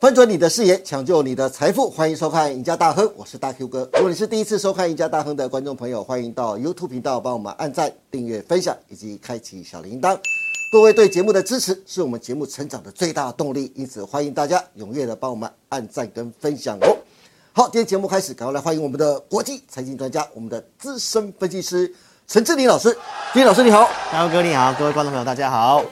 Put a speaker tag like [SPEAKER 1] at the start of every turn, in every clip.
[SPEAKER 1] 翻转你的视野，抢救你的财富，欢迎收看《赢家大亨》，我是大 Q 哥。如果你是第一次收看《赢家大亨》的观众朋友，欢迎到 YouTube 频道帮我们按赞、订阅、分享以及开启小铃铛。各位对节目的支持是我们节目成长的最大动力，因此欢迎大家踊跃的帮我们按赞跟分享哦。好，今天节目开始，赶快来欢迎我们的国际财经专家，我们的资深分析师陈志林老师。志林老师你好，
[SPEAKER 2] 大哥你好，各位观众朋友大家好。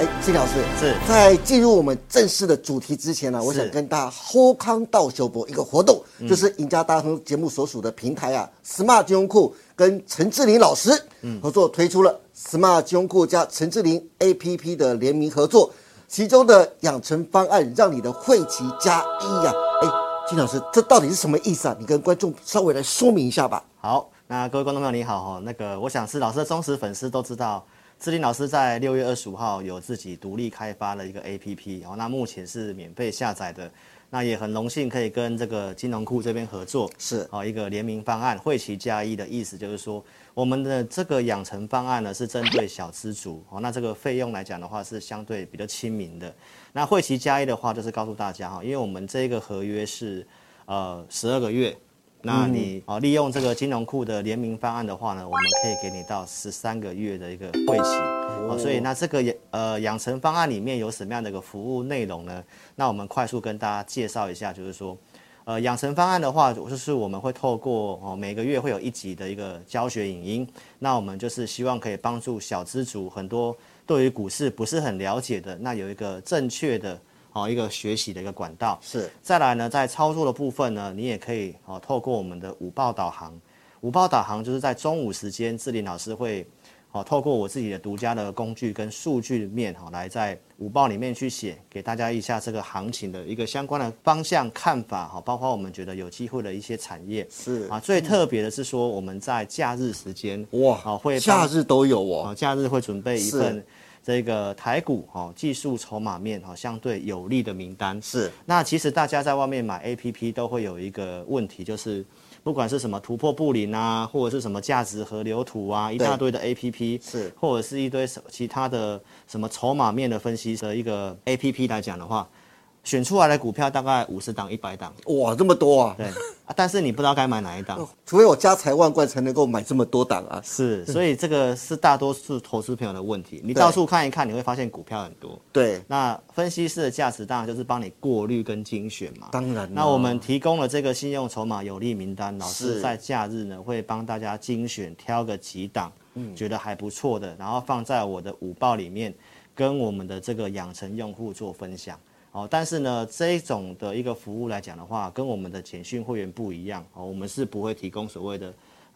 [SPEAKER 1] 哎，志林老师
[SPEAKER 2] 是
[SPEAKER 1] 在进入我们正式的主题之前呢、我想跟大家后康道修博一个活动，就是赢家大亨节目所属的平台啊，Smart 金融库跟陈志林老师合作推出了 Smart 金融库加陈志林 APP 的联名合作，其中的养成方案让你的会期加一呀、哎，金老师，这到底是什么意思啊？你跟观众稍微来说明一下吧。
[SPEAKER 2] 好，那各位观众朋友你好哈，那个我想是老师的忠实粉丝都知道，志玲老师在六月二十五号有自己独立开发了一个 APP，哦，那目前是免费下载的，那也很荣幸可以跟这个金融库这边合作，
[SPEAKER 1] 是
[SPEAKER 2] 哦一个联名方案，汇齐加一的意思就是说，我们的这个养成方案呢是针对小资族哦，那这个费用来讲的话是相对比较亲民的，那汇齐加一的话就是告诉大家哈，因为我们这个合约是呃十二个月。那你啊、哦利用这个金融库的联名方案的话呢，我们可以给你到十三个月的一个会期。哦，所以那这个也呃养成方案里面有什么样的一个服务内容呢？那我们快速跟大家介绍一下，就是说，呃，养成方案的话，就是我们会透过哦每个月会有一集的一个教学影音，那我们就是希望可以帮助小资主很多对于股市不是很了解的，那有一个正确的哦一个学习的一个管道。
[SPEAKER 1] 是
[SPEAKER 2] 再来呢，在操作的部分呢，你也可以哦，透过我们的午报导航，午报导航就是在中午时间，志玲老师会哦，透过我自己的独家的工具跟数据面哦，来在午报里面去写，给大家一下这个行情的一个相关的方向看法哈、哦，包括我们觉得有机会的一些产业
[SPEAKER 1] 是
[SPEAKER 2] 啊，最特别的是说我们在假日时间哦会
[SPEAKER 1] 夏
[SPEAKER 2] 帮
[SPEAKER 1] 日都有哦
[SPEAKER 2] 哦，，假日会准备一
[SPEAKER 1] 是
[SPEAKER 2] 份这个台股哦技术筹码面哦相对有利的名单。
[SPEAKER 1] 是
[SPEAKER 2] 那其实大家在外面买 APP 都会有一个问题，就是不管是什么突破布林啊，或者是什么价值河流图啊，一大堆的 APP，
[SPEAKER 1] 是
[SPEAKER 2] 或者是一堆什其他的什么筹码面的分析的一个 APP 来讲的话，选出来的股票大概五十档、一百档，
[SPEAKER 1] 哇，这么多啊！
[SPEAKER 2] 对、啊但是你不知道该买哪一档。
[SPEAKER 1] 除非我家财万贯才能够买这么多档啊。
[SPEAKER 2] 是，所以这个是大多数投资朋友的问题。你到处看一看，你会发现股票很多。
[SPEAKER 1] 对，
[SPEAKER 2] 那分析师的价值当然就是帮你过滤跟精选嘛。
[SPEAKER 1] 当然啦。
[SPEAKER 2] 那我们提供了这个信用筹码有利名单，老
[SPEAKER 1] 是
[SPEAKER 2] 师在假日呢会帮大家精选挑个几档，觉得还不错的，然后放在我的午报里面，跟我们的这个养成用户做分享。哦，但是呢，这一种的一个服务来讲的话，跟我们的简讯会员不一样哦，我们是不会提供所谓的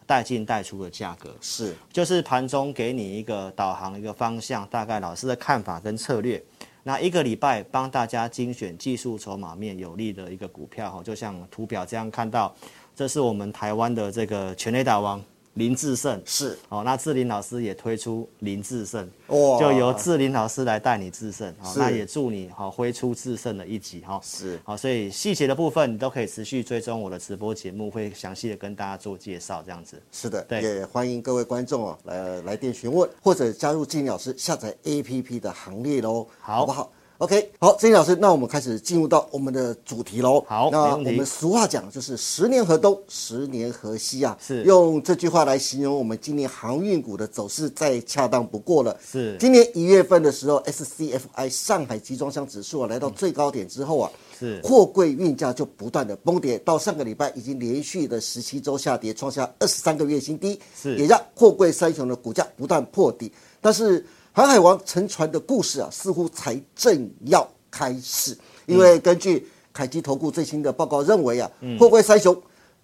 [SPEAKER 2] 带进带出的价格，
[SPEAKER 1] 是
[SPEAKER 2] 就是盘中给你一个导航、一个方向，大概老师的看法跟策略。那一个礼拜帮大家精选技术筹码面有利的一个股票哦哈，就像图表这样看到，这是我们台湾的这个全垒打王林志胜。
[SPEAKER 1] 是
[SPEAKER 2] 哦，那志林老师也推出林志胜，
[SPEAKER 1] 哇
[SPEAKER 2] 就由志林老师来带你制胜，好、
[SPEAKER 1] 是
[SPEAKER 2] 那也祝你好、挥出制胜的一集哈。
[SPEAKER 1] 是
[SPEAKER 2] 好、所以细节的部分你都可以持续追踪我的直播节目，会详细的跟大家做介绍，这样子。
[SPEAKER 1] 是的，
[SPEAKER 2] 对
[SPEAKER 1] 也欢迎各位观众哦来来电询问，或者加入静怡老师下载 APP 的行列喽，
[SPEAKER 2] 好
[SPEAKER 1] 不好？OK，好，静怡老师，那我们开始进入到我们的主题喽。
[SPEAKER 2] 好没
[SPEAKER 1] 那
[SPEAKER 2] 问题
[SPEAKER 1] 我们俗话讲就是十年河东，十年河西啊，
[SPEAKER 2] 是
[SPEAKER 1] 用这句话来形容我们今年航运股的走势再恰当不过了。
[SPEAKER 2] 是
[SPEAKER 1] 今年一月份的时候，SCFI 上海集装箱指数啊来到最高点之后啊，
[SPEAKER 2] 是
[SPEAKER 1] 货柜运价就不断的崩跌，到上个礼拜已经连续的十七周下跌，创下二十三个月新低，
[SPEAKER 2] 是
[SPEAKER 1] 也让货柜三雄的股价不断破底。但是航海王沉船的故事啊，似乎才正要开始，因为根据凯基投顾最新的报告认为啊，
[SPEAKER 2] 嗯
[SPEAKER 1] 货柜三雄。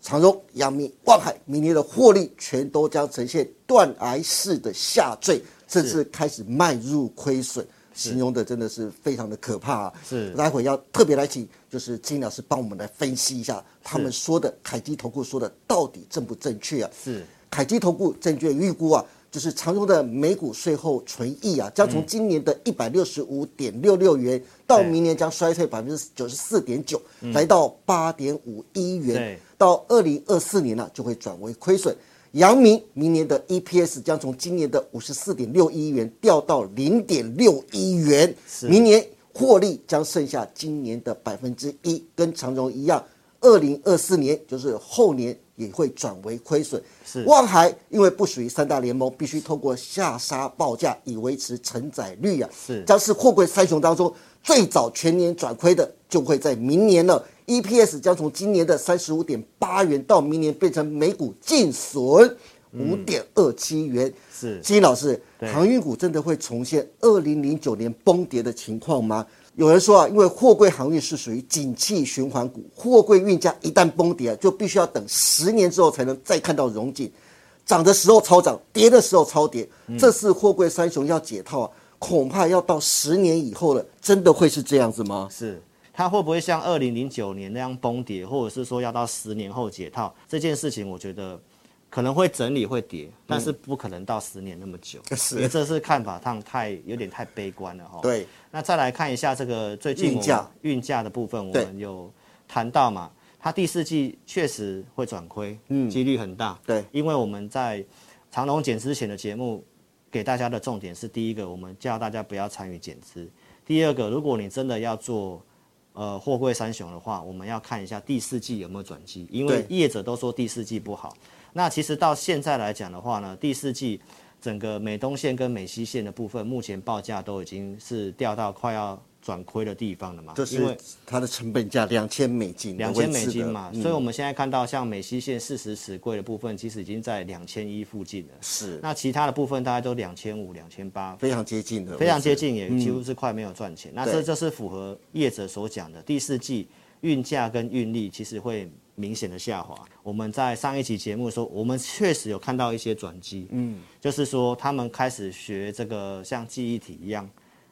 [SPEAKER 1] 长荣、阳明、望海明年的获利全都将呈现断崖式的下坠，甚至开始迈入亏损，形容的真的是非常的可怕、啊。
[SPEAKER 2] 是
[SPEAKER 1] 待会要特别来请就是金老师帮我们来分析一下他们说的凯基投顾说的到底正不正确啊？
[SPEAKER 2] 是
[SPEAKER 1] 凯基投顾证券预估啊，就是长荣的每股税后纯益啊，将从今年的一百六十五点六六元，到
[SPEAKER 2] 嗯对嗯
[SPEAKER 1] 明年将衰退百分之九十四点九，来到八点五一元
[SPEAKER 2] 对，
[SPEAKER 1] 到二零二四年呢、就会转为亏损。阳明明年的 EPS 将从今年的五十四点六一元掉到零点六一元，明年获利将剩下今年的百分之一，跟长荣一样，二零二四年就是后年也会转为亏损。
[SPEAKER 2] 是
[SPEAKER 1] 望海因为不属于三大联盟，必须透过下杀报价以维持承载率啊，
[SPEAKER 2] 是
[SPEAKER 1] 将是货柜三雄当中最早全年转亏的，就会在明年了。EPS 将从今年的三十五点八元到明年变成每股净损五点二七元。
[SPEAKER 2] 是
[SPEAKER 1] 金老师，
[SPEAKER 2] 对
[SPEAKER 1] 航运股真的会重现二零零九年崩跌的情况吗？有人说啊，因为货柜航运是属于景气循环股，货柜运价一旦崩跌啊，就必须要等十年之后才能再看到荣景。涨的时候超涨，跌的时候超跌，
[SPEAKER 2] 嗯
[SPEAKER 1] 这次货柜三雄要解套啊，恐怕要到十年以后了。真的会是这样子吗？
[SPEAKER 2] 是它会不会像二零零九年那样崩跌，或者是说要到十年后解套这件事情，我觉得可能会整理会跌，但是不可能到十年那么久，
[SPEAKER 1] 是
[SPEAKER 2] 因为这是看法上太有点太悲观了哈。
[SPEAKER 1] 对，
[SPEAKER 2] 那再来看一下这个最近我
[SPEAKER 1] 运
[SPEAKER 2] 们
[SPEAKER 1] 价
[SPEAKER 2] 运价的部分，我
[SPEAKER 1] 对
[SPEAKER 2] 们有谈到嘛，它第四季确实会转亏，嗯，几率很大。
[SPEAKER 1] 对
[SPEAKER 2] 因为我们在长隆减资前的节目给大家的重点是：第一个，我们叫大家不要参与减资；第二个，如果你真的要做呃货柜三雄的话，我们要看一下第四季有没有转机，因为
[SPEAKER 1] 对
[SPEAKER 2] 业者都说第四季不好。那其实到现在来讲的话呢，第四季整个美东线跟美西线的部分，目前报价都已经是掉到快要转亏的地方了嘛，
[SPEAKER 1] 这
[SPEAKER 2] 因为
[SPEAKER 1] 是它的成本价两千美金，
[SPEAKER 2] 两千美金嘛，所以
[SPEAKER 1] 以
[SPEAKER 2] 我们现在看到像美西线四十尺柜的部分，其实已经在两千一附近了。
[SPEAKER 1] 是
[SPEAKER 2] 那其他的部分大概都两千五、两千八，
[SPEAKER 1] 非常接近的，
[SPEAKER 2] 非常接近，也几乎是快没有赚钱。那
[SPEAKER 1] 嗯对
[SPEAKER 2] 这就是符合业者所讲的第四季运价跟运力其实会明显的下滑。我们在上一期节目说，我们确实有看到一些转机，嗯，就是说他们开始学这个像记忆体一样。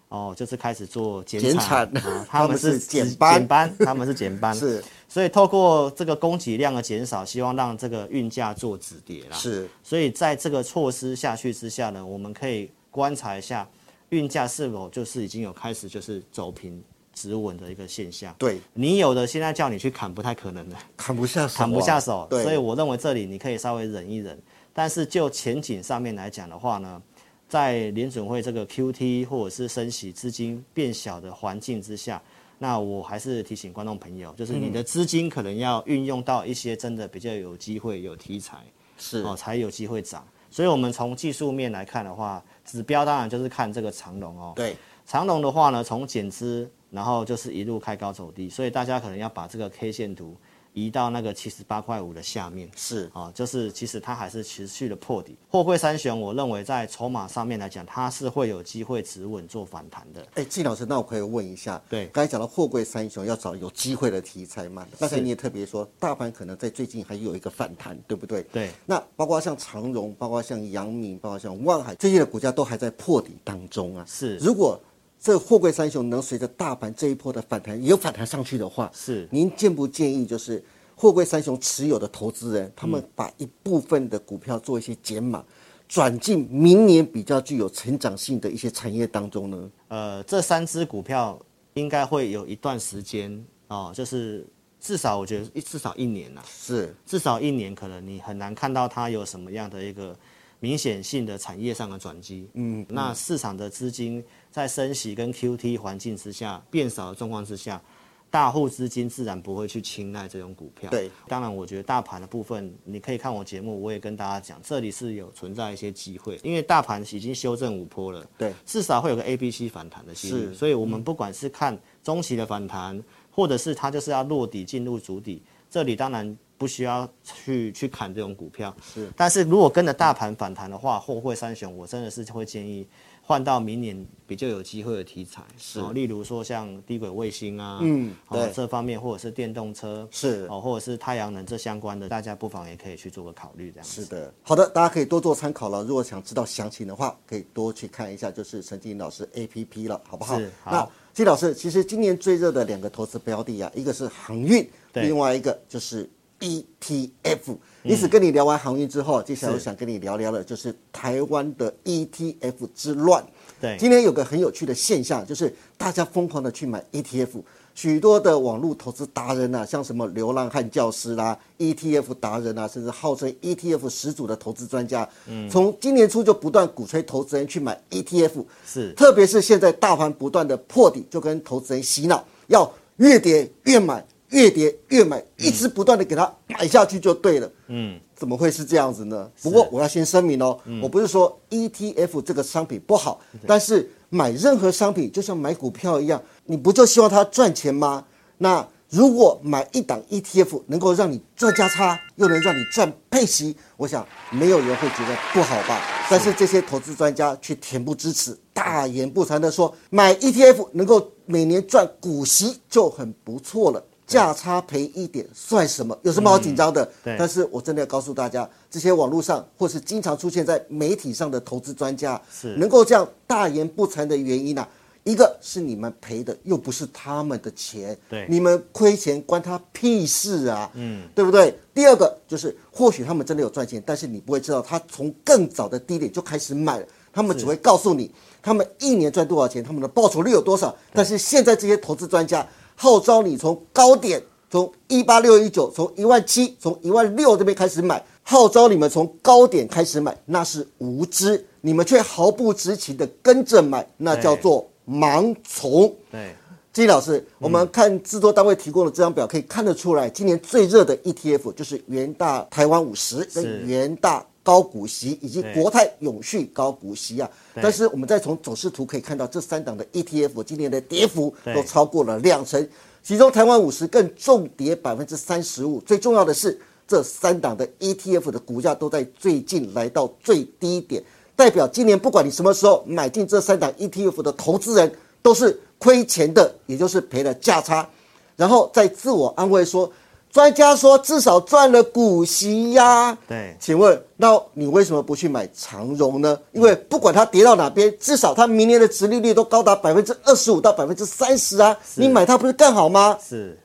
[SPEAKER 2] 哦，就是开始做减
[SPEAKER 1] 减
[SPEAKER 2] 产
[SPEAKER 1] 产
[SPEAKER 2] 啊
[SPEAKER 1] 他
[SPEAKER 2] 他
[SPEAKER 1] 们
[SPEAKER 2] 们
[SPEAKER 1] 是
[SPEAKER 2] 是
[SPEAKER 1] 减
[SPEAKER 2] 只
[SPEAKER 1] 班
[SPEAKER 2] 减班，他们是减 班，
[SPEAKER 1] 是
[SPEAKER 2] 所以透过这个供给量的减少，希望让这个运价做止跌啦。
[SPEAKER 1] 是
[SPEAKER 2] 所以在这个措施下去之下呢，我们可以观察一下运价是否就是已经有开始就是走平止稳的一个现象。
[SPEAKER 1] 对，
[SPEAKER 2] 你有的现在叫你去砍不太可能的，
[SPEAKER 1] 砍不下手啊，
[SPEAKER 2] 砍不下手。
[SPEAKER 1] 对，
[SPEAKER 2] 所以我认为这里你可以稍微忍一忍。但是就前景上面来讲的话呢，在联准会这个 QT 或者是升息资金变小的环境之下，那我还是提醒观众朋友，就是你的资金可能要运用到一些真的比较有机会、有题材。
[SPEAKER 1] 是
[SPEAKER 2] 哦，才有机会涨。所以，我们从技术面来看的话，指标当然就是看这个长龙哦。
[SPEAKER 1] 对
[SPEAKER 2] 长龙的话呢，从减资，然后就是一路开高走低，所以大家可能要把这个 K 线图移到那个七十八块五的下面。
[SPEAKER 1] 是
[SPEAKER 2] 啊、就是其实它还是持续的破底。货柜三雄，我认为在筹码上面来讲，它是会有机会止稳做反弹的。
[SPEAKER 1] 哎，季老师，那我可以问一下，
[SPEAKER 2] 对
[SPEAKER 1] 刚才讲到货柜三雄要找有机会的题材嘛？刚才你也特别说，大盘可能在最近还有一个反弹，对不对？
[SPEAKER 2] 对。
[SPEAKER 1] 那包括像长荣，包括像阳明，包括像万海这些的股价都还在破底当中啊。
[SPEAKER 2] 是
[SPEAKER 1] 如果这货柜三雄能随着大盘这一波的反弹也有反弹上去的话，
[SPEAKER 2] 是
[SPEAKER 1] 您建不建议就是货柜三雄持有的投资人，他们把一部分的股票做一些减码，转进明年比较具有成长性的一些产业当中呢？
[SPEAKER 2] 呃，这三只股票应该会有一段时间哦，就是至少我觉得一至少一年啊呐、
[SPEAKER 1] 是
[SPEAKER 2] 至少一年，可能你很难看到它有什么样的一个明显性的产业上的转机。嗯，那市场的资金在升息跟 QT 环境之下变少的状况之下，大户资金自然不会去青睐这种股票。
[SPEAKER 1] 对，
[SPEAKER 2] 当然，我觉得大盘的部分，你可以看我节目，我也跟大家讲，这里是有存在一些机会，因为大盘已经修正五波了，
[SPEAKER 1] 对，
[SPEAKER 2] 至少会有个 A、B、C 反弹的机
[SPEAKER 1] 是嗯
[SPEAKER 2] 遇。所以，我们不管是看中期的反弹，或者是它就是要落底进入主底，这里当然不需要去去砍这种股票。
[SPEAKER 1] 是，
[SPEAKER 2] 但是如果跟着大盘反弹的话，货会三雄，我真的是会建议换到明年比较有机会的题材，
[SPEAKER 1] 是
[SPEAKER 2] 哦例如说像低轨卫星啊，
[SPEAKER 1] 嗯
[SPEAKER 2] 哦
[SPEAKER 1] 对
[SPEAKER 2] 这方面或者是电动车，
[SPEAKER 1] 是
[SPEAKER 2] 哦或者是太阳能这相关的，大家不妨也可以去做个考虑，这样子
[SPEAKER 1] 是的，好的，大家可以多做参考了。如果想知道详情的话，可以多去看一下，就是陈金老师 A P P 了，好不好？
[SPEAKER 2] 是好
[SPEAKER 1] 那金老师，其实今年最热的两个投资标的啊，一个是航运，
[SPEAKER 2] 对嗯
[SPEAKER 1] 另外一个就是 E T F。因此跟你聊完航运之后，接下来我
[SPEAKER 2] 是
[SPEAKER 1] 想跟你聊聊的就是台湾的 E T F 之乱。
[SPEAKER 2] 对
[SPEAKER 1] 今天有个很有趣的现象，就是大家疯狂的去买 ETF，许多的网络投资达人啊，像什么流浪汉教师啦、ETF 达人啊，甚至号称 ETF 始祖的投资专家，从今年初就不断鼓吹投资人去买 E ETF，
[SPEAKER 2] 是
[SPEAKER 1] 特别是现在大盘不断的破底，就跟投资人洗脑，要越跌越买，越跌越买，一直不断的给它买下去就对了。嗯，怎么会是这样子呢？不过我要先声明哦，我不是说 ETF 这个商品不好，但是买任何商品就像买股票一样，你不就希望它赚钱吗？那如果买一档 ETF 能够让你赚价差，又能让你赚配息，我想没有人会觉得不好吧？但是这些投资专家却恬不知耻，大言不惭地说买 ETF 能够每年赚股息就很不错了。价差赔一点算什么？有什么好紧张的？
[SPEAKER 2] 嗯对
[SPEAKER 1] 但是我真的要告诉大家，这些网络上或是经常出现在媒体上的投资专家，
[SPEAKER 2] 是
[SPEAKER 1] 能够这样大言不惭的原因呢、啊一个是你们赔的，又不是他们的钱，
[SPEAKER 2] 对
[SPEAKER 1] 你们亏钱关他屁事啊，嗯，对不对？第二个就是，或许他们真的有赚钱，但是你不会知道，他从更早的低点就开始买了，他们只会告诉你他们一年赚多少钱，他们的报酬率有多少。但是现在这些投资专家号召你从高点，从一八六一九，从一万七，从一万六这边开始买，号召你们从高点开始买，那是无知，你们却毫不知情的跟着买，那叫做盲从。
[SPEAKER 2] 对，
[SPEAKER 1] 金老师，我们看制作单位提供的这张表，可以看得出来，今年最热的 ETF 就是元大台湾五十
[SPEAKER 2] 是
[SPEAKER 1] 跟元大高股息以及
[SPEAKER 2] 对
[SPEAKER 1] 国泰永续高股息啊。
[SPEAKER 2] 对
[SPEAKER 1] 但是我们再从走势图可以看到，这三档的 ETF 今年的跌幅
[SPEAKER 2] 对
[SPEAKER 1] 都超过了两成，其中台湾五十更重跌百分之三十五。最重要的是，这三档的 ETF 的股价都在最近来到最低点，代表今年不管你什么时候买进这三档 ETF 的投资人都是亏钱的，也就是赔了价差，然后再自我安慰说。专家说，至少赚了股息呀、
[SPEAKER 2] 对
[SPEAKER 1] 请问，那你为什么不去买长荣呢？因为不管它跌到哪边，至少它明年的殖利率都高达百分之二十五到百分之三十啊！你买它不是更好吗？
[SPEAKER 2] 是，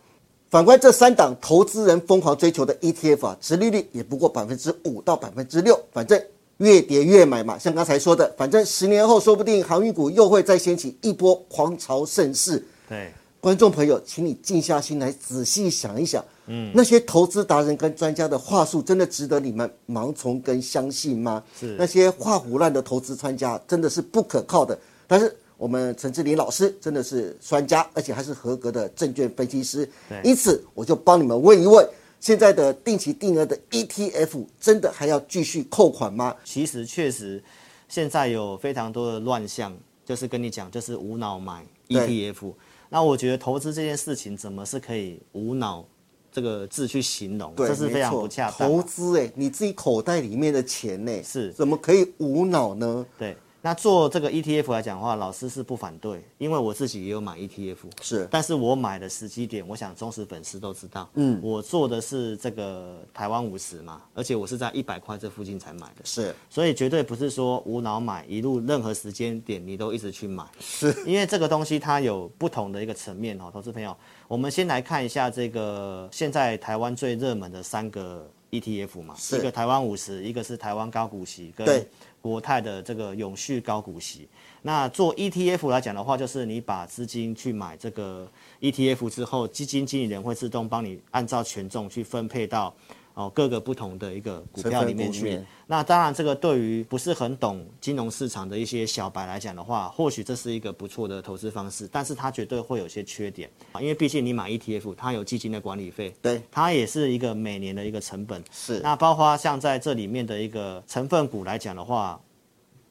[SPEAKER 1] 反观这三档投资人疯狂追求的 ETF 啊，殖利率也不过百分之五到百分之六，反正越跌越买嘛。像刚才说的，反正十年后说不定航运股又会再掀起一波狂潮盛世。
[SPEAKER 2] 对，
[SPEAKER 1] 观众朋友，请你静下心来仔细想一想，嗯，那些投资达人跟专家的话术，真的值得你们盲从跟相信吗？
[SPEAKER 2] 是
[SPEAKER 1] 那些画胡乱的投资专家，真的是不可靠的。但是我们陈志林老师真的是专家，而且还是合格的证券分析师
[SPEAKER 2] 对，
[SPEAKER 1] 因此我就帮你们问一问。现在的定期定额的 ETF 真的还要继续扣款吗？
[SPEAKER 2] 其实确实现在有非常多的乱象，就是跟你讲，就是无脑买
[SPEAKER 1] 对
[SPEAKER 2] ETF。那我觉得投资这件事情，怎么是可以无脑这个字去形容？
[SPEAKER 1] 对，
[SPEAKER 2] 这是非常
[SPEAKER 1] 没错
[SPEAKER 2] 不恰当
[SPEAKER 1] 投
[SPEAKER 2] 嘛。
[SPEAKER 1] 资哎、你自己口袋里面的钱呢、
[SPEAKER 2] 是
[SPEAKER 1] 怎么可以无脑呢？
[SPEAKER 2] 对，那做这个 ETF 来讲的话，老师是不反对，因为我自己也有买 ETF。
[SPEAKER 1] 是
[SPEAKER 2] 但是我买的时机点，我想忠实粉丝都知道，嗯，我做的是这个台湾五十嘛，而且我是在一百块这附近才买的，
[SPEAKER 1] 是
[SPEAKER 2] 所以绝对不是说无脑买，一路任何时间点你都一直去买，
[SPEAKER 1] 是，
[SPEAKER 2] 因为这个东西它有不同的一个层面哦，投资朋友，我们先来看一下这个现在台湾最热门的三个 ETF 嘛，
[SPEAKER 1] 是
[SPEAKER 2] 一个台湾五十，一个是台湾高股息跟
[SPEAKER 1] 对
[SPEAKER 2] 国泰的这个永续高股息。那做 ETF 来讲的话，就是你把资金去买这个 ETF E 之后，基金经理人会自动帮你按照权重去分配到哦各个不同的一个股票里面
[SPEAKER 1] 成分股里
[SPEAKER 2] 去
[SPEAKER 1] 面。
[SPEAKER 2] 那当然，这个对于不是很懂金融市场的一些小白来讲的话，或许这是一个不错的投资方式，但是它绝对会有些缺点啊，因为毕竟你买 ETF，它有基金的管理费，
[SPEAKER 1] 对，
[SPEAKER 2] 它也是一个每年的一个成本。
[SPEAKER 1] 是
[SPEAKER 2] 那包括像在这里面的一个成分股来讲的话，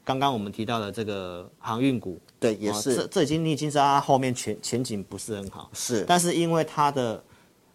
[SPEAKER 2] 刚刚我们提到的这个航运股，
[SPEAKER 1] 对，也
[SPEAKER 2] 哦
[SPEAKER 1] 是
[SPEAKER 2] 这这已经你已经知道它后面前前景不是很好，
[SPEAKER 1] 是
[SPEAKER 2] 但是因为它的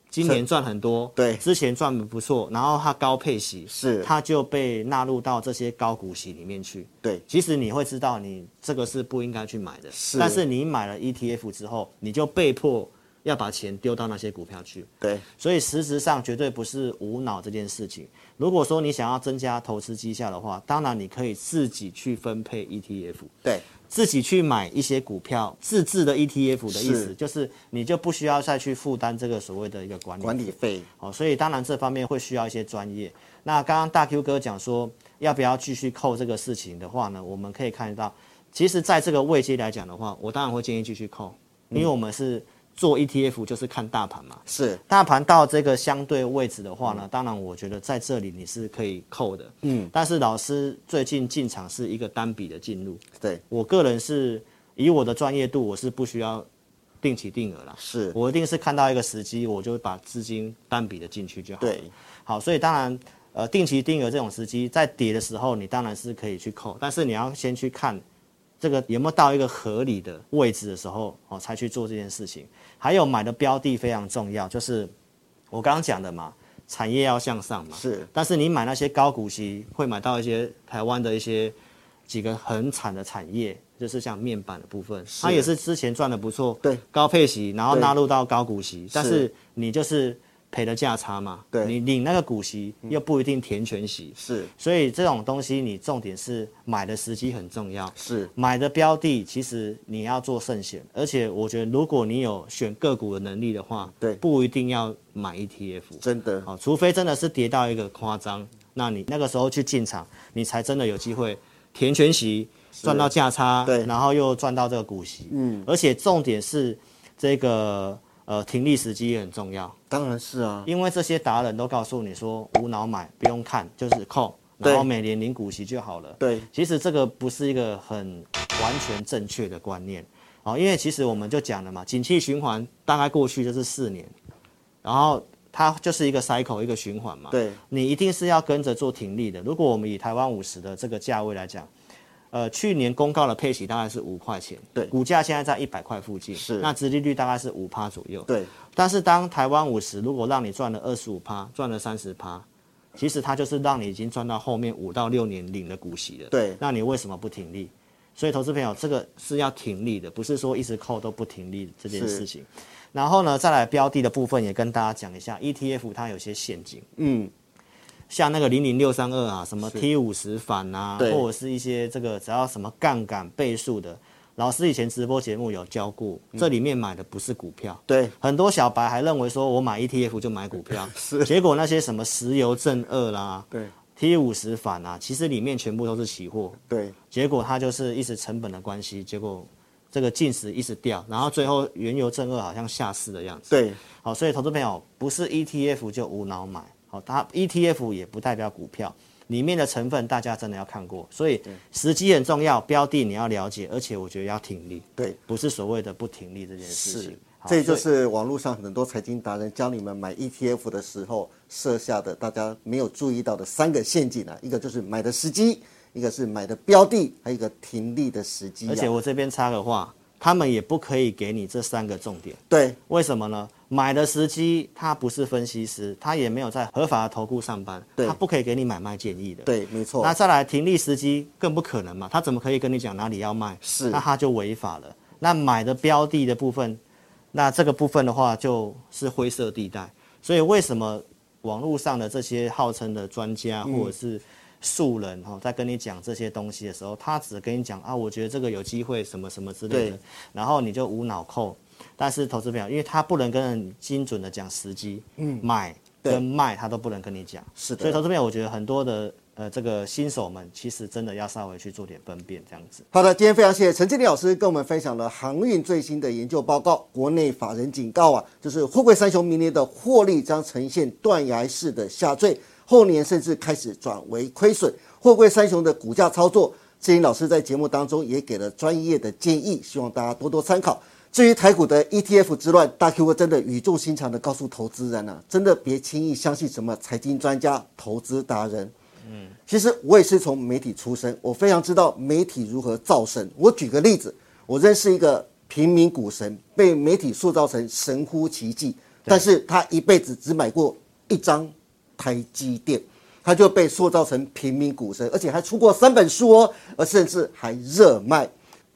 [SPEAKER 2] 今年赚很多，
[SPEAKER 1] 对
[SPEAKER 2] 之前赚的不错，然后它高配息，
[SPEAKER 1] 是
[SPEAKER 2] 它就被纳入到这些高股息里面去。
[SPEAKER 1] 对
[SPEAKER 2] 其实你会知道，你这个是不应该去买的，
[SPEAKER 1] 是
[SPEAKER 2] 但是你买了 ETF 之后，你就被迫要把钱丢到那些股票去。
[SPEAKER 1] 对
[SPEAKER 2] 所以实质上绝对不是无脑这件事情。如果说你想要增加投资绩效的话，当然你可以自己去分配 E ETF，
[SPEAKER 1] 对
[SPEAKER 2] 自己去买一些股票，自制的 ETF 的意思
[SPEAKER 1] 是
[SPEAKER 2] 就是你就不需要再去负担这个所谓的一个管理
[SPEAKER 1] 管理费
[SPEAKER 2] 哦，所以当然这方面会需要一些专业。那刚刚大 Q 哥讲说要不要继续扣这个事情的话呢，我们可以看到其实在这个位阶来讲的话，我当然会建议继续扣，因为我们是做 ETF 就是看大盘嘛。
[SPEAKER 1] 是
[SPEAKER 2] 大盘到这个相对位置的话呢，
[SPEAKER 1] 嗯
[SPEAKER 2] 当然我觉得在这里你是可以扣的，嗯，但是老师最近进场是一个单笔的进入，
[SPEAKER 1] 对，
[SPEAKER 2] 我个人是以我的专业度，我是不需要定期定额啦，
[SPEAKER 1] 是
[SPEAKER 2] 我一定是看到一个时机，我就把资金单笔的进去就好了。
[SPEAKER 1] 对，
[SPEAKER 2] 好，所以当然，呃，定期定额这种时机，在跌的时候，你当然是可以去扣，但是你要先去看这个有没有到一个合理的位置的时候，哦，才去做这件事情。还有买的标的非常重要，就是我刚刚讲的嘛，产业要向上嘛。
[SPEAKER 1] 是。
[SPEAKER 2] 但是你买那些高股息，会买到一些台湾的一些几个很惨的产业，就是像面板的部分，它也是之前赚的不错，
[SPEAKER 1] 对，
[SPEAKER 2] 高配息，然后
[SPEAKER 1] 对
[SPEAKER 2] 纳入到高股息，但是你就是赔了价差嘛，
[SPEAKER 1] 对
[SPEAKER 2] 你领那个股息又不一定填全息，
[SPEAKER 1] 是
[SPEAKER 2] 所以这种东西你重点是买的时机很重要，
[SPEAKER 1] 是
[SPEAKER 2] 买的标的其实你要做慎选，而且我觉得如果你有选个股的能力的话，
[SPEAKER 1] 对
[SPEAKER 2] 不一定要买 E ETF，
[SPEAKER 1] 真的，
[SPEAKER 2] 好，哦除非真的是跌到一个夸张，那你那个时候去进场，你才真的有机会填全息，赚到价差，
[SPEAKER 1] 对
[SPEAKER 2] 然后又赚到这个股息，嗯，而且重点是这个呃停利时机也很重要，
[SPEAKER 1] 当然是啊，
[SPEAKER 2] 因为这些达人都告诉你说无脑买，不用看，就是扣，
[SPEAKER 1] 对
[SPEAKER 2] 然后每年领股息就好了，
[SPEAKER 1] 对，
[SPEAKER 2] 其实这个不是一个很完全正确的观念哦，因为其实我们就讲了嘛，景气循环大概过去就是四年，然后它就是一个 cycle 一个循环嘛。
[SPEAKER 1] 对，
[SPEAKER 2] 你一定是要跟着做停利的。如果我们以台湾五十的这个价位来讲，呃，去年公告的配息大概是五块钱，
[SPEAKER 1] 对
[SPEAKER 2] 股价现在在一百块附近，
[SPEAKER 1] 是
[SPEAKER 2] 那殖利率大概是五趴左右，
[SPEAKER 1] 对，
[SPEAKER 2] 但是当台湾五十如果让你赚了二十五趴，赚了三十趴，其实它就是让你已经赚到后面五到六年领的股息了。
[SPEAKER 1] 对
[SPEAKER 2] 那你为什么不停利？所以投资朋友，这个是要停利的，不是说一直扣都不停利这件事情。然后呢，再来标的的部分也跟大家讲一下，ETF 它有些陷阱，
[SPEAKER 1] 嗯，
[SPEAKER 2] 像那个零零六三二啊，什么 T 五十反啊，
[SPEAKER 1] 对
[SPEAKER 2] 或者是一些这个只要什么杠杆倍数的，老师以前直播节目有教过，这里面买的不是股票，
[SPEAKER 1] 嗯对，
[SPEAKER 2] 很多小白还认为说我买 ETF 就买股 票，是，结果那些什么石油正二啦，
[SPEAKER 1] 对
[SPEAKER 2] ，T 五十反啊，其实里面全部都是期货，
[SPEAKER 1] 对，
[SPEAKER 2] 结果它就是一直成本的关系，结果这个净值一直掉，然后最后原油正二好像下市的样子，
[SPEAKER 1] 对，
[SPEAKER 2] 好，所以投资朋友不是 ETF 就无脑买，好，它 ETF 也不代表股票。里面的成分大家真的要看过，所以时机很重要，标的你要了解，而且我觉得要停利，
[SPEAKER 1] 对，
[SPEAKER 2] 不是所谓的不停利这件事情
[SPEAKER 1] 是。
[SPEAKER 2] 好，
[SPEAKER 1] 这就
[SPEAKER 2] 所以
[SPEAKER 1] 是网络上很多财经达人教你们买 ETF 的时候设下的大家没有注意到的三个陷阱啊，一个就是买的时机，一个是买的标的，还有一个停利的时机、啊。
[SPEAKER 2] 而且我这边插个话，他们也不可以给你这三个重点，
[SPEAKER 1] 对
[SPEAKER 2] 为什么呢？买的时机他不是分析师，他也没有在合法的投顾上班，
[SPEAKER 1] 对
[SPEAKER 2] 他不可以给你买卖建议的。
[SPEAKER 1] 对，没错
[SPEAKER 2] 那，再来停利时机更不可能嘛，他怎么可以跟你讲哪里要卖？
[SPEAKER 1] 是
[SPEAKER 2] 那他就违法了。那买的标的的部分，那这个部分的话就是灰色地带。所以为什么网络上的这些号称的专家
[SPEAKER 1] 嗯
[SPEAKER 2] 或者是素人哈、哦，在跟你讲这些东西的时候，他只跟你讲啊，我觉得这个有机会什么什么之类的
[SPEAKER 1] 对，
[SPEAKER 2] 然后你就无脑扣。但是投资朋友，因为他不能跟你精准的讲时机，嗯，买跟卖他都不能跟你讲，
[SPEAKER 1] 是的
[SPEAKER 2] 所以投资朋友，我觉得很多的呃这个新手们，其实真的要稍微去做点分辨这样子。
[SPEAKER 1] 好的，今天非常谢谢陈经理老师跟我们分享了航运最新的研究报告。国内法人警告啊，就是货柜三雄明年的获利将呈现断崖式的下坠，后年甚至开始转为亏损。货柜三雄的股价操作，志林老师在节目当中也给了专业的建议，希望大家多多参考。至于台股的 ETF 之乱，大 Q 哥真的语重心长的告诉投资人啊，真的别轻易相信什么财经专家、投资达人，其实我也是从媒体出身，我非常知道媒体如何造神。我举个例子，我认识一个平民股神，被媒体塑造成神乎其技，但是他一辈子只买过一张台积电，他就被塑造成平民股神，而且还出过三本书哦，而甚至还热卖。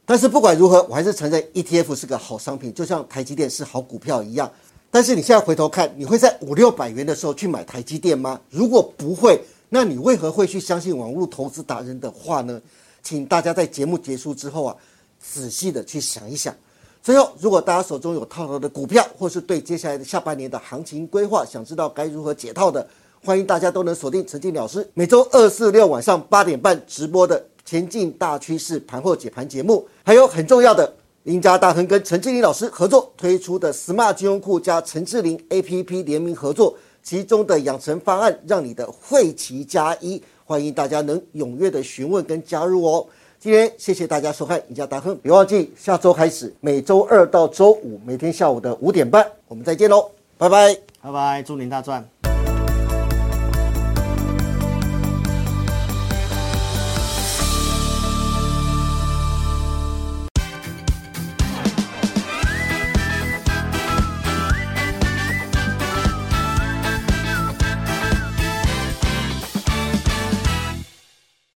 [SPEAKER 1] 但是不管如何，我还是承认 ETF 是个好商品，就像台积电是好股票一样。但是你现在回头看，你会在五六百元的时候去买台积电吗？如果不会，那你为何会去相信网络投资达人的话呢？请大家在节目结束之后啊，仔细的去想一想。最后，如果大家手中有套牢的股票，或是对接下来的下半年的行情规划想知道该如何解套的，欢迎大家都能锁定陈静老师每周二、四、六晚上八点半直播的前进大趋势盘后解盘节目，还有很重要的。赢家大亨跟陈志林老师合作推出的 Smart 金融库加陈志林 APP 联名合作，其中的养成方案让你的汇齐加一，欢迎大家能踊跃的询问跟加入哦。今天谢谢大家收看《赢家大亨》，别忘记下周开始每周二到周五每天下午的五点半，我们再见喽，拜拜。
[SPEAKER 2] 拜拜，祝您大赚。